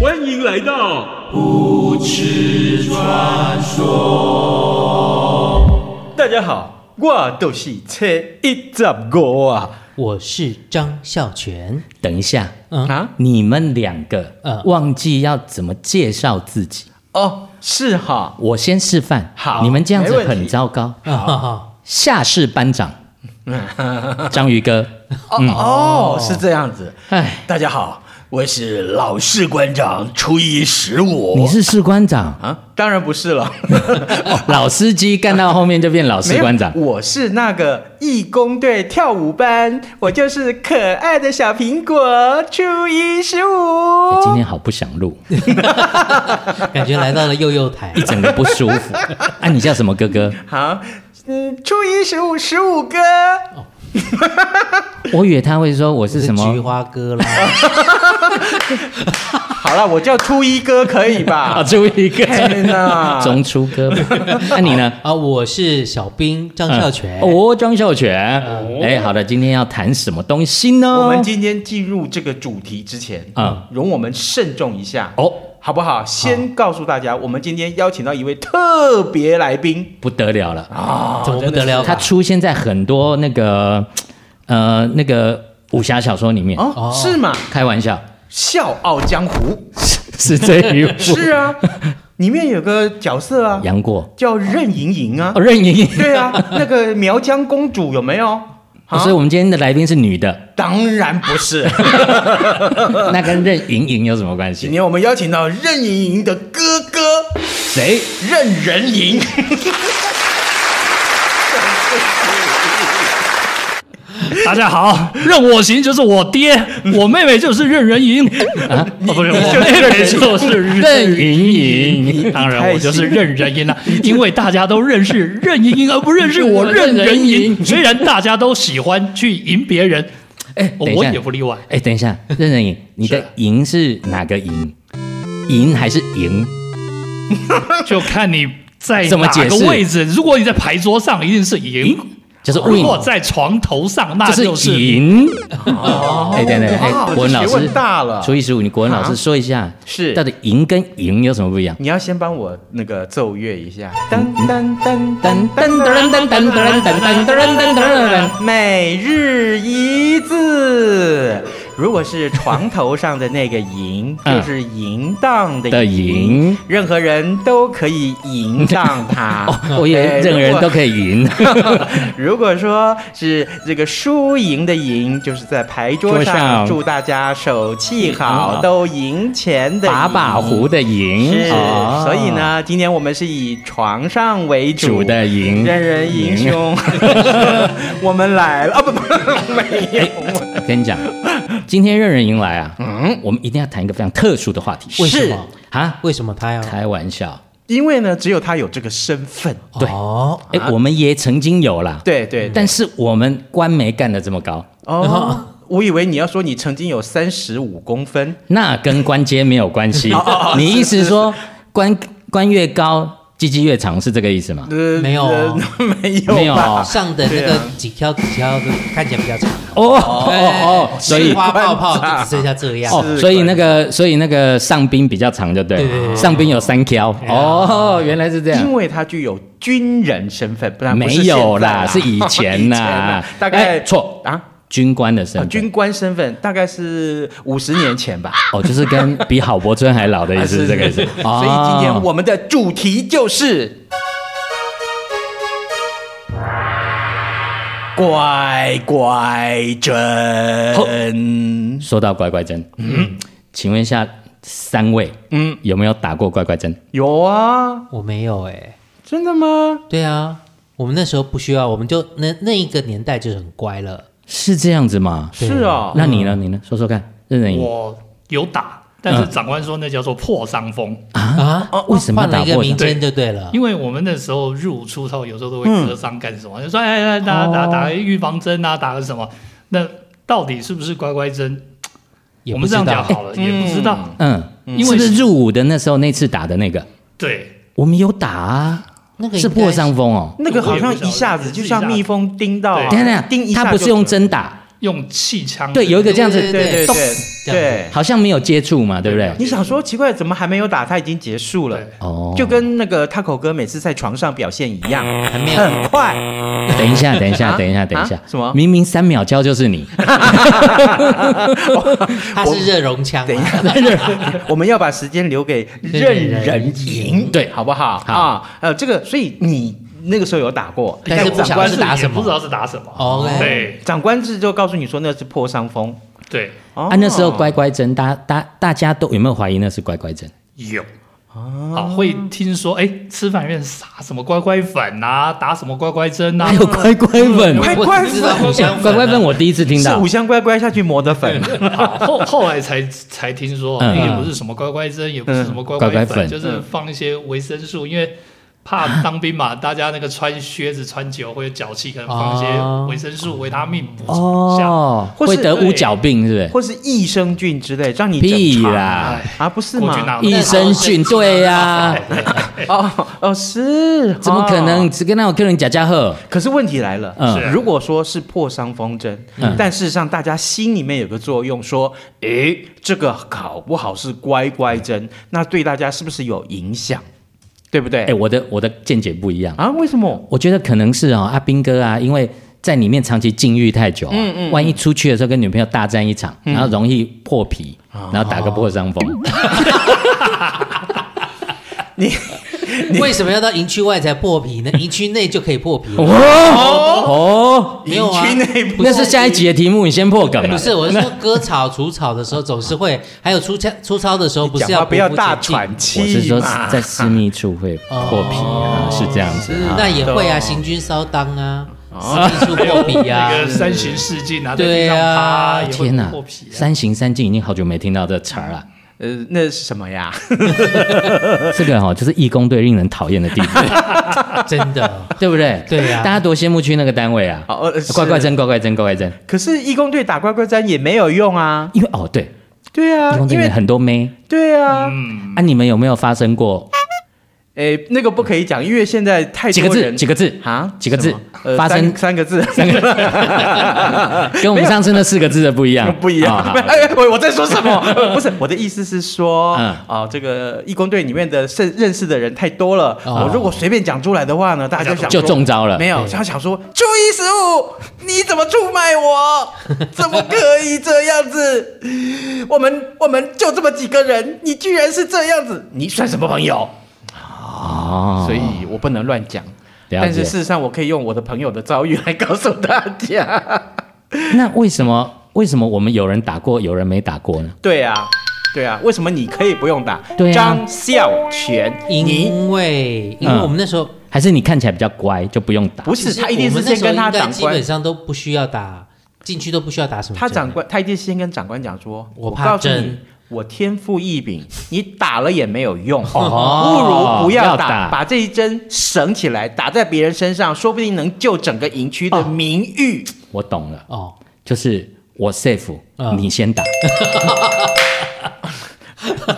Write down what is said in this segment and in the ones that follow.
欢迎来到不耻传说。大家好，我就是车一十五啊。我是张孝全，等一下，嗯啊你们两个、嗯忘记要怎么介绍自己。哦，是哈，我先示范，好你们这样子没问题很糟糕。啊，下士班 长，章鱼哥，哦哦，是这样子。哎，大家好，我是老士官长初一十五。你是士官 长，啊？当然不是了，老司机干到后面就变老士官长 没。有我 是那个义工队跳舞班，我就是可爱的小苹果初一十哎今五。天好不想 录， 感觉来到了幼幼台 一整个不舒 服。啊，你叫什么哥哥？好，嗯，初一十五十五哥。哦我以为他会说我是什菊么花哥 啦，好了，我叫初一哥可以啊， 吧？初一哥，天 哪中初 哥。那你呢？啊，我是小兵张孝全，哦，张孝全。哎，好的，今天要谈什么东西呢？我们今天进入这个主题之前，嗯啊，容我们慎重一下，哦，好不好？先告诉大家，我们今天邀请到一位特别来宾不得了了，啊，怎么不得真的了？他出现在很多那个呃那个武侠小说里面是。哦，是吗？开玩笑，笑傲江湖是这一部是 啊，里面有个角色啊，杨过叫任盈盈啊哦，，任盈盈。哦对啊，那个苗疆公主有没有？啊所以，我们今天的来宾是女 的，当然不 是。那跟任盈盈有什么关今系？天我们邀请到任盈盈的哥哥谁？任人盈。大家好，任我行就是我爹，我妹妹就是任人盈啊，哦不是，我妹妹就是任任盈盈。当然我就是任人盈了，因为大家都认识任盈盈，而不认识我任人盈。虽然大家都喜欢去赢别人，哦哎，等一我下也。不例外。哎，等一下，任任盈，你的盈是哪个盈？盈还是盈？就看你在怎么哪解释个位置。如果你在牌桌上，一定是赢；就是如果 win，哦在床头上，那就就是是赢。哎，等等，哇哎，国文老学师问大了初一十五，你国文老师啊说一下，是到底赢跟赢有什么不一样？你要先帮我那个奏乐一下，噔噔噔噔噔噔噔噔噔噔噔噔噔噔噔噔噔噔噔。每日一字。如果是床头上的那个淫，嗯就是淫荡的的淫。淫，任何人都可以淫荡它我以为哎任何人都可以赢。如果说是这个输赢的赢，就是在牌桌桌上上，祝大家手气嗯好，都赢钱的赢把把胡。的赢是，，哦所以呢，今天我们是以床上为主啊主的赢。任人赢英 雄，我们来了啊！不不， 没有，我跟你讲，今天任人迎来啊，嗯，我们一定要谈一个非常特殊的话题。为什么？啊？为什么他要？开玩笑，因为呢，只有他有这个身份。对哦，哎、我们也曾经有啦，，对对，但是我们官没干得这么高，哦，我以为你要说你曾经有三十五公分，那跟官阶没有关 系。哦你意思说官官越高，鸡鸡越长是这个意思吗？呃，没有哦呃 没有吧，没有哦上的那对个啊几条几条的看起来比较长，哦哎哦哦，所以花泡泡就啊只剩下这样。哦，所以那个，所以那个上兵比较长，就对了，对对对上兵有三条。哎哦，原来是这样因。为他具有军人身份，不然啊不没是现有在啦，是以前 以前呐啦，大哎概错，啊。军官的身啊，份，军官身份大概是五十年前吧，哦，就是跟比郝柏村还老的意思，哎 是啊这个意 思。所以今天哦我们的主题就是乖乖好针。说到乖乖针，嗯，请问一下，三位嗯，有没有打过乖乖针？有啊，我没有哎、真的吗？对啊，我们那时候不需要，我们就那那一个年代就是很乖了。是这样子吗？是哦，那你呢？你呢？说说看，任人赢我有打，但嗯是长官说那叫做破伤风，啊啊为什么要换打了一个破民伤？间就对了？因为我们那时候入伍出操，有时候都会割伤干什么，嗯就说哎哎，打哦打打个预防针啊，打个什么？那到底是不是乖乖针？也我不们知这样讲道，哎好了，也不知道。嗯，因是为不是入伍的那时候那次打的那个？对，我们有打啊，哎那个应该是破伤风哦。那个好像一下子就像蜜蜂叮到啊，对等一下，叮等一一下，下他就不是用，针打，用气枪。对，有一个这样子，对对对咚对这样对。好像没有接触嘛，对不对对？你想说奇怪，怎么还没有打？他已经结束了对，哦，就跟那个 Taco 哥每次在床上表现一样，没有 很快。等一下，等一下，啊等一下，等一下啊，什么明明三秒教就是你，它是热熔枪等一啊，下， 我们要把时间留给任人赢，对好不好？好啊，呃，这个，所以你那个时候有打过，但是不长晓官得是打什么哦哎不知道是打什么。 OK 对长官是就告诉你说那是破伤风。对，哦啊，那时候乖乖针，大大大家都有没有怀疑那是乖乖针？有。好，会听说哎，吃饭院撒什么乖乖粉啊，打什么乖乖针啊哎还？有乖乖粉，乖我乖只知道粉互相 乖乖粉啊我第一次听 是到五，香乖乖下去磨的粉， 好 后后来才才听说，哎嗯也不是什么乖乖针，也不是什么乖乖乖乖粉嗯粉，就是放一些维生素，因为怕当兵嘛，大家那个穿靴子穿久会有脚气，可能放一哦些维生素、维他命补下。哦，或是会得乌角病是不或是益生菌之类，让你整屁肠啦啊，不是过去吗？是？那益生菌，对啊呀、哦哦是，怎么可能哦？只跟那种客人假假喝？可是问题来了，嗯是如果说是破伤风针，嗯但事实上大家心里面有个作用，说，诶，这个搞不好是乖乖针，那对大家是不是有影响？对不对？哎、我的我的见解不一样，啊，为什么？我觉得可能是哦，阿斌哥啊，因为在里面长期禁欲太久、啊，万一出去的时候跟女朋友大战一场，然后容易破皮，然后打个破伤风。 为什么要到营区外才破皮呢？营区内就可以破皮了，啊哦哦，没有啊营区内不那是下一集的题目，你先破梗不了。是，我是说割草除草的时候总是会，还有出操出操的时候不是讲话匍不要匐大前进我喘是气说嘛。在私密处会破皮啊，是这样子是啊。那也会啊，哦行军烧裆啊，四处破皮 那啊，个三巡四进啊，在地对上啊趴啊，也天会哪破皮，啊。三行三进已经好久没听到这词儿了。呃，那是什么呀？ 这个哈，就是义工队令人讨厌的地方，真的。对不对？对啊呀大 家多羡慕去那个单位啊！哦呃 是乖乖针，乖乖针，乖乖针。可是义工队打乖乖针也没有用啊。因为哦，对，对义啊工，队里因为面很多妹对啊，嗯，啊，你们有没有发生过诶，那个不可以讲，因为现在太几个多字？人几 个字？啊，几个字什么呃，发生三三个字，三跟我们上次那四个字的不一样，不一样哦。好哎，哎我我在说什么？不是我的意思是说，嗯啊，这个义工队里面的认认识的人太多了，哦我如果随便讲出来的话呢，大家就想就说中招了没有，他想说初一十五你怎么出卖我？怎么可以这样子？我们我们就这么几个人，你居然是这样子，你算什么朋友？哦，所以我不能乱讲。了解但是事实上，我可以用我的朋友的遭遇来告诉大家。那为什么为什么我们有人打过，有人没打过呢？对啊，对啊，为什么你可以不用打？对啊张孝全，你因为因为我们那时候还是你看起来比较乖，就不用打？不其是实他一定我们是那先时候跟他应该长基官本，上都不需要打进去都不需要打什么他针的。长官他一定是先跟长官讲说，我怕告诉你针。我天赋异禀，你打了也没有用，哦不如不要要打，打把这一针省起来，打在别人身上，说不定能救整个营区的名誉。我懂了，哦，就是我 safe，啊嗯你先打。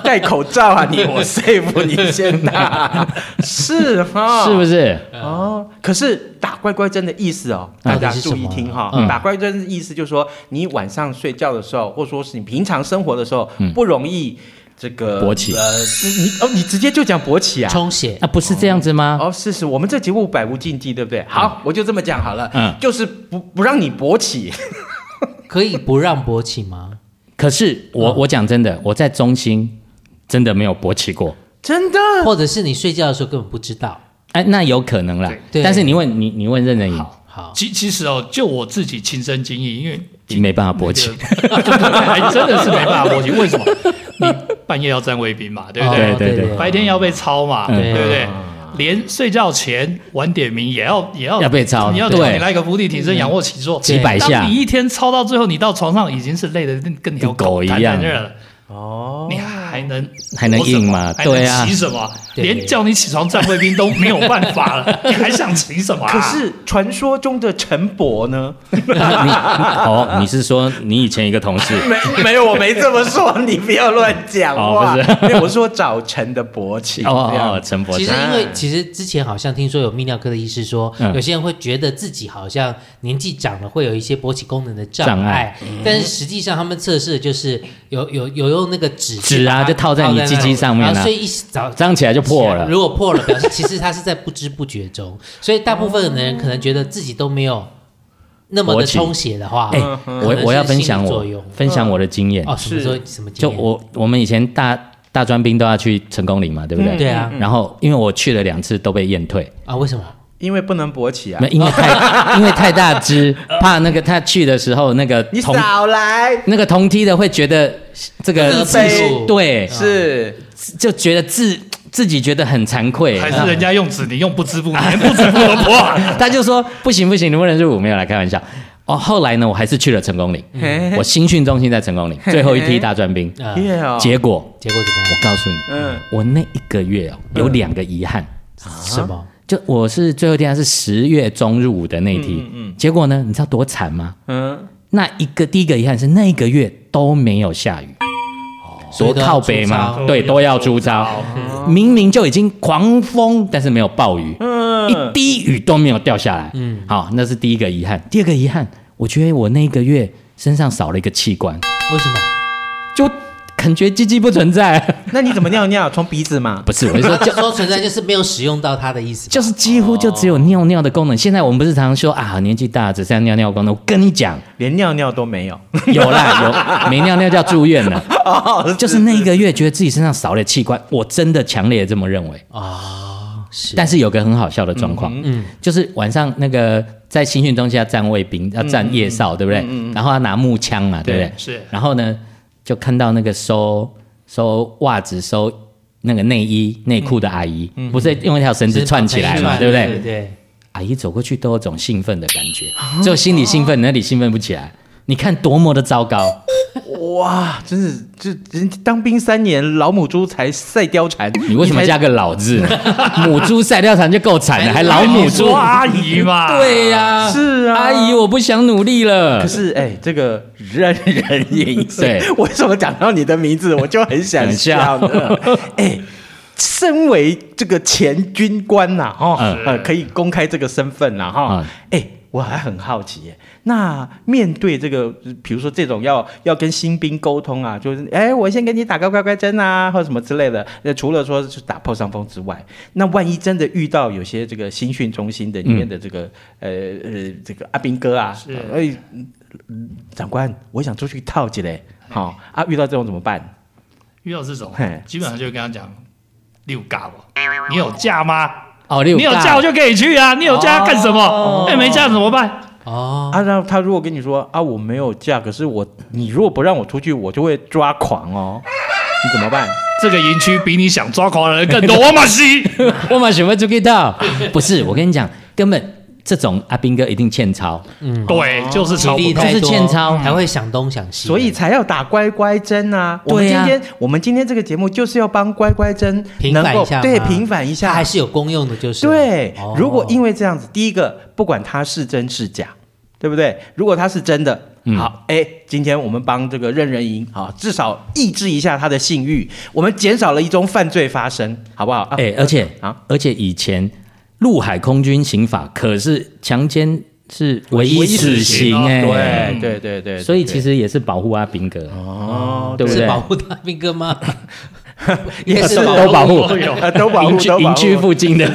戴口罩啊你，我 safe 你先打，是哈，是不是？哦，可是打乖乖针的意思哦，到大底家是注意什么听哈、嗯打乖乖针的意思就是说，你晚上睡觉的时候，或者说是你平常生活的时候，不容易这个勃起呃，你哦，你直接就讲勃起啊？充血啊，不是这样子吗？哦，是是，我们这节目百无禁忌，对不对？好，我就这么讲好了，嗯就是不不让你勃起，可以不让勃起吗？可是我、啊我讲真的，我在中心真的没有勃起过。真的或者是你睡觉的时候根本不知道？哎，那有可能啦。对但是你问你你问任人颖，好，其其实哦，就我自己亲身经历，因为你没办法勃起。 那个还真的是没办法勃起。为什么？你半夜要站卫兵嘛，对不哦对？对对对白天要被操嘛，嗯对不对啊？连睡觉前晚点名也要也要要被操你要对叫你来个伏地挺身、仰卧起坐，几百下当你一天操到最后，你到床上已经是累得跟跟条跟狗一样瘫在那儿了，哦，你还能还能活什么硬吗还能对啊骑什么？对连叫你起床站卫兵都没有办 法了，你还想骑什么啊？可是传说中的陈伯呢？你哦，你是说你以前一个同 事？没 没有，我没这么说，你不要乱讲话。哦不 没有我说找陈的伯奇。哦这样哦哦，陈伯其实章，因为其实之前好像听说有泌尿科的医师说，嗯有些人会觉得自己好像年纪长了会有一些勃起功能的障障碍，但是实际上他们测试的就是有有有用那个纸纸去把啊它就套在你那鸡鸡上面啊然后所以一早这样起来就破了。如果破了，表示其实他是在不知不觉中，所以大部分的人可能觉得自己都没有那么的勃起充血的话，哎、可能我嗯是我要分享心理作我用分享我的经验、哦，什么是时候什么经就验我我们以前大大专兵都要去成功岭嘛，对不对？对啊然后因为我去了两次都被验退，啊？为什么？因为不能勃起啊嗯那、。因为 太因为太大只，怕那个他去的时候那个你同少来，那个同梯的会觉得这个自卑对，是就觉得自自己觉得很惭愧，还然是后人家用纸，你用不 织布，你还不织布的破。他就说不行不行，你不能入伍，没有来开玩笑。哦，后来呢，我还是去了成功岭，嗯我新训中心在成功岭，最后一梯大专兵，啊，耶哦，结果。结果怎么我样？告诉你，嗯我那一个月哦，有两个遗憾。什么？就我是最后一天是十月中入伍的那一天，结果呢，你知道多惨吗？嗯，那一个第一个遗憾是那一个月都没有下雨，所以多都要靠北出嘛招，对，都要出招。明明就已经狂风，但是没有暴雨，一滴雨都没有掉下来。嗯，好，那是第一个遗憾。第二个遗憾，我觉得我那一个月身上少了一个器官，为什么？就感觉鸡鸡不存在。那你怎么尿尿？从鼻子嘛？ 不是，我是 说他就说存在就是没有使用到它的意思吧。 就是几乎就只有尿尿的功能。现在我们不是常说啊，年纪大只剩下尿尿功能。我跟你讲， 连尿尿都没有。 有啦，有没尿尿就要住院 了。哦就是那一个月觉得自己身上少了器官，我真的强烈地这么认为。是哦但是有个很好笑的状况，嗯，就是晚上那个在新训中心要站卫兵，要站夜哨，对不对？然后要拿木枪嘛，嗯对不对？是然后呢，就看到那个收收袜子、收那个内衣、内裤的阿姨，不嗯是用一条绳子串起来嘛，对不对？对阿姨走过去都有种兴奋的感觉，只有心里兴奋，那里兴奋不起来。你看多么的糟糕！ 哇，真是这人当兵三年，老母猪才赛貂蝉。你为什么才加个老 字呢？母猪晒貂蝉就够惨了，还老母猪说？阿姨嘛，对呀，哎是啊阿姨，我不想努力了 可。是哎、这个人人饮 水对，为什么讲到你的名字我就很想笑呢？哎、身为这个前军官呐、哈、嗯呃，可以公开这个身份啦、哈、嗯哎、我还很好奇耶，那面对这个，比如说这种要要跟新兵沟通啊，就是哎、我先给你打个乖乖针啊，或者什么之类的。那除了说是打破伤风之外，那万一真的遇到有些这个新训中心的里面的这个、嗯呃呃这个阿兵哥啊，是哎、长官，我想出去套起来。好、啊，遇到这种怎么办？遇到这种嘿，基本上就跟他讲，你有假不？你有假吗？哦，你你有假我就可以去啊，你有假干什么？哎，没假怎么办？哦，啊，然后他如果跟你说啊，我没有假，可是我你如果不让我出去，我就会抓狂哦，你怎么办？这个营区比你想抓狂的人更多，我马西。 我买什么猪给到？不是，我跟你讲，根本这种阿兵哥一定欠操，对，就是体超不力够。太就多是欠操还会想东想西，所以才要打乖乖针啊！我们对今啊天我们今天这个节目就是要帮乖乖针平能反够一下嘛，对平反一它下，还是有功用的，就是对，哦如果因为这样子，第一个不管它是真是假，对不对？如果它是真的，好，哎，今天我们帮这个任人赢啊，至少抑制一下他的性欲，我们减少了一宗犯罪发生，好不好？啊哎、而且啊，而且以前陆海空军刑法可是强奸是唯唯一一死死刑刑啊哎、哦对对对对，所以其实也是保护阿兵哥，哦，对不是对？保护大兵哥 吗？也是都保护都有呃 都保营护区都保营护区附近 的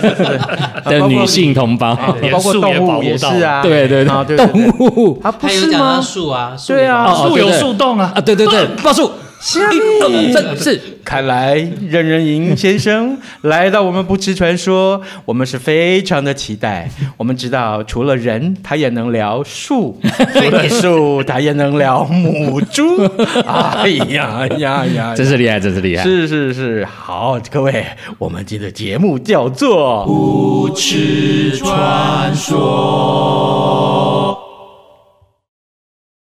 的女性同胞，连包括树也动保物护也是到啊，对对啊 对，动物啊，不他有是讲吗到？树啊，树对啊也保护哦树有对对树洞啊啊，，对对对，报数虾米？真是 看来任任盈先生来到我们不吃传说，我们是非常的期待。我们知道，除了人，他也能聊树； 除了树，他也能聊母猪。 哎呀呀呀！真是厉害，真是厉害。是是是，好，各位，我们今天的节目叫做吃传说。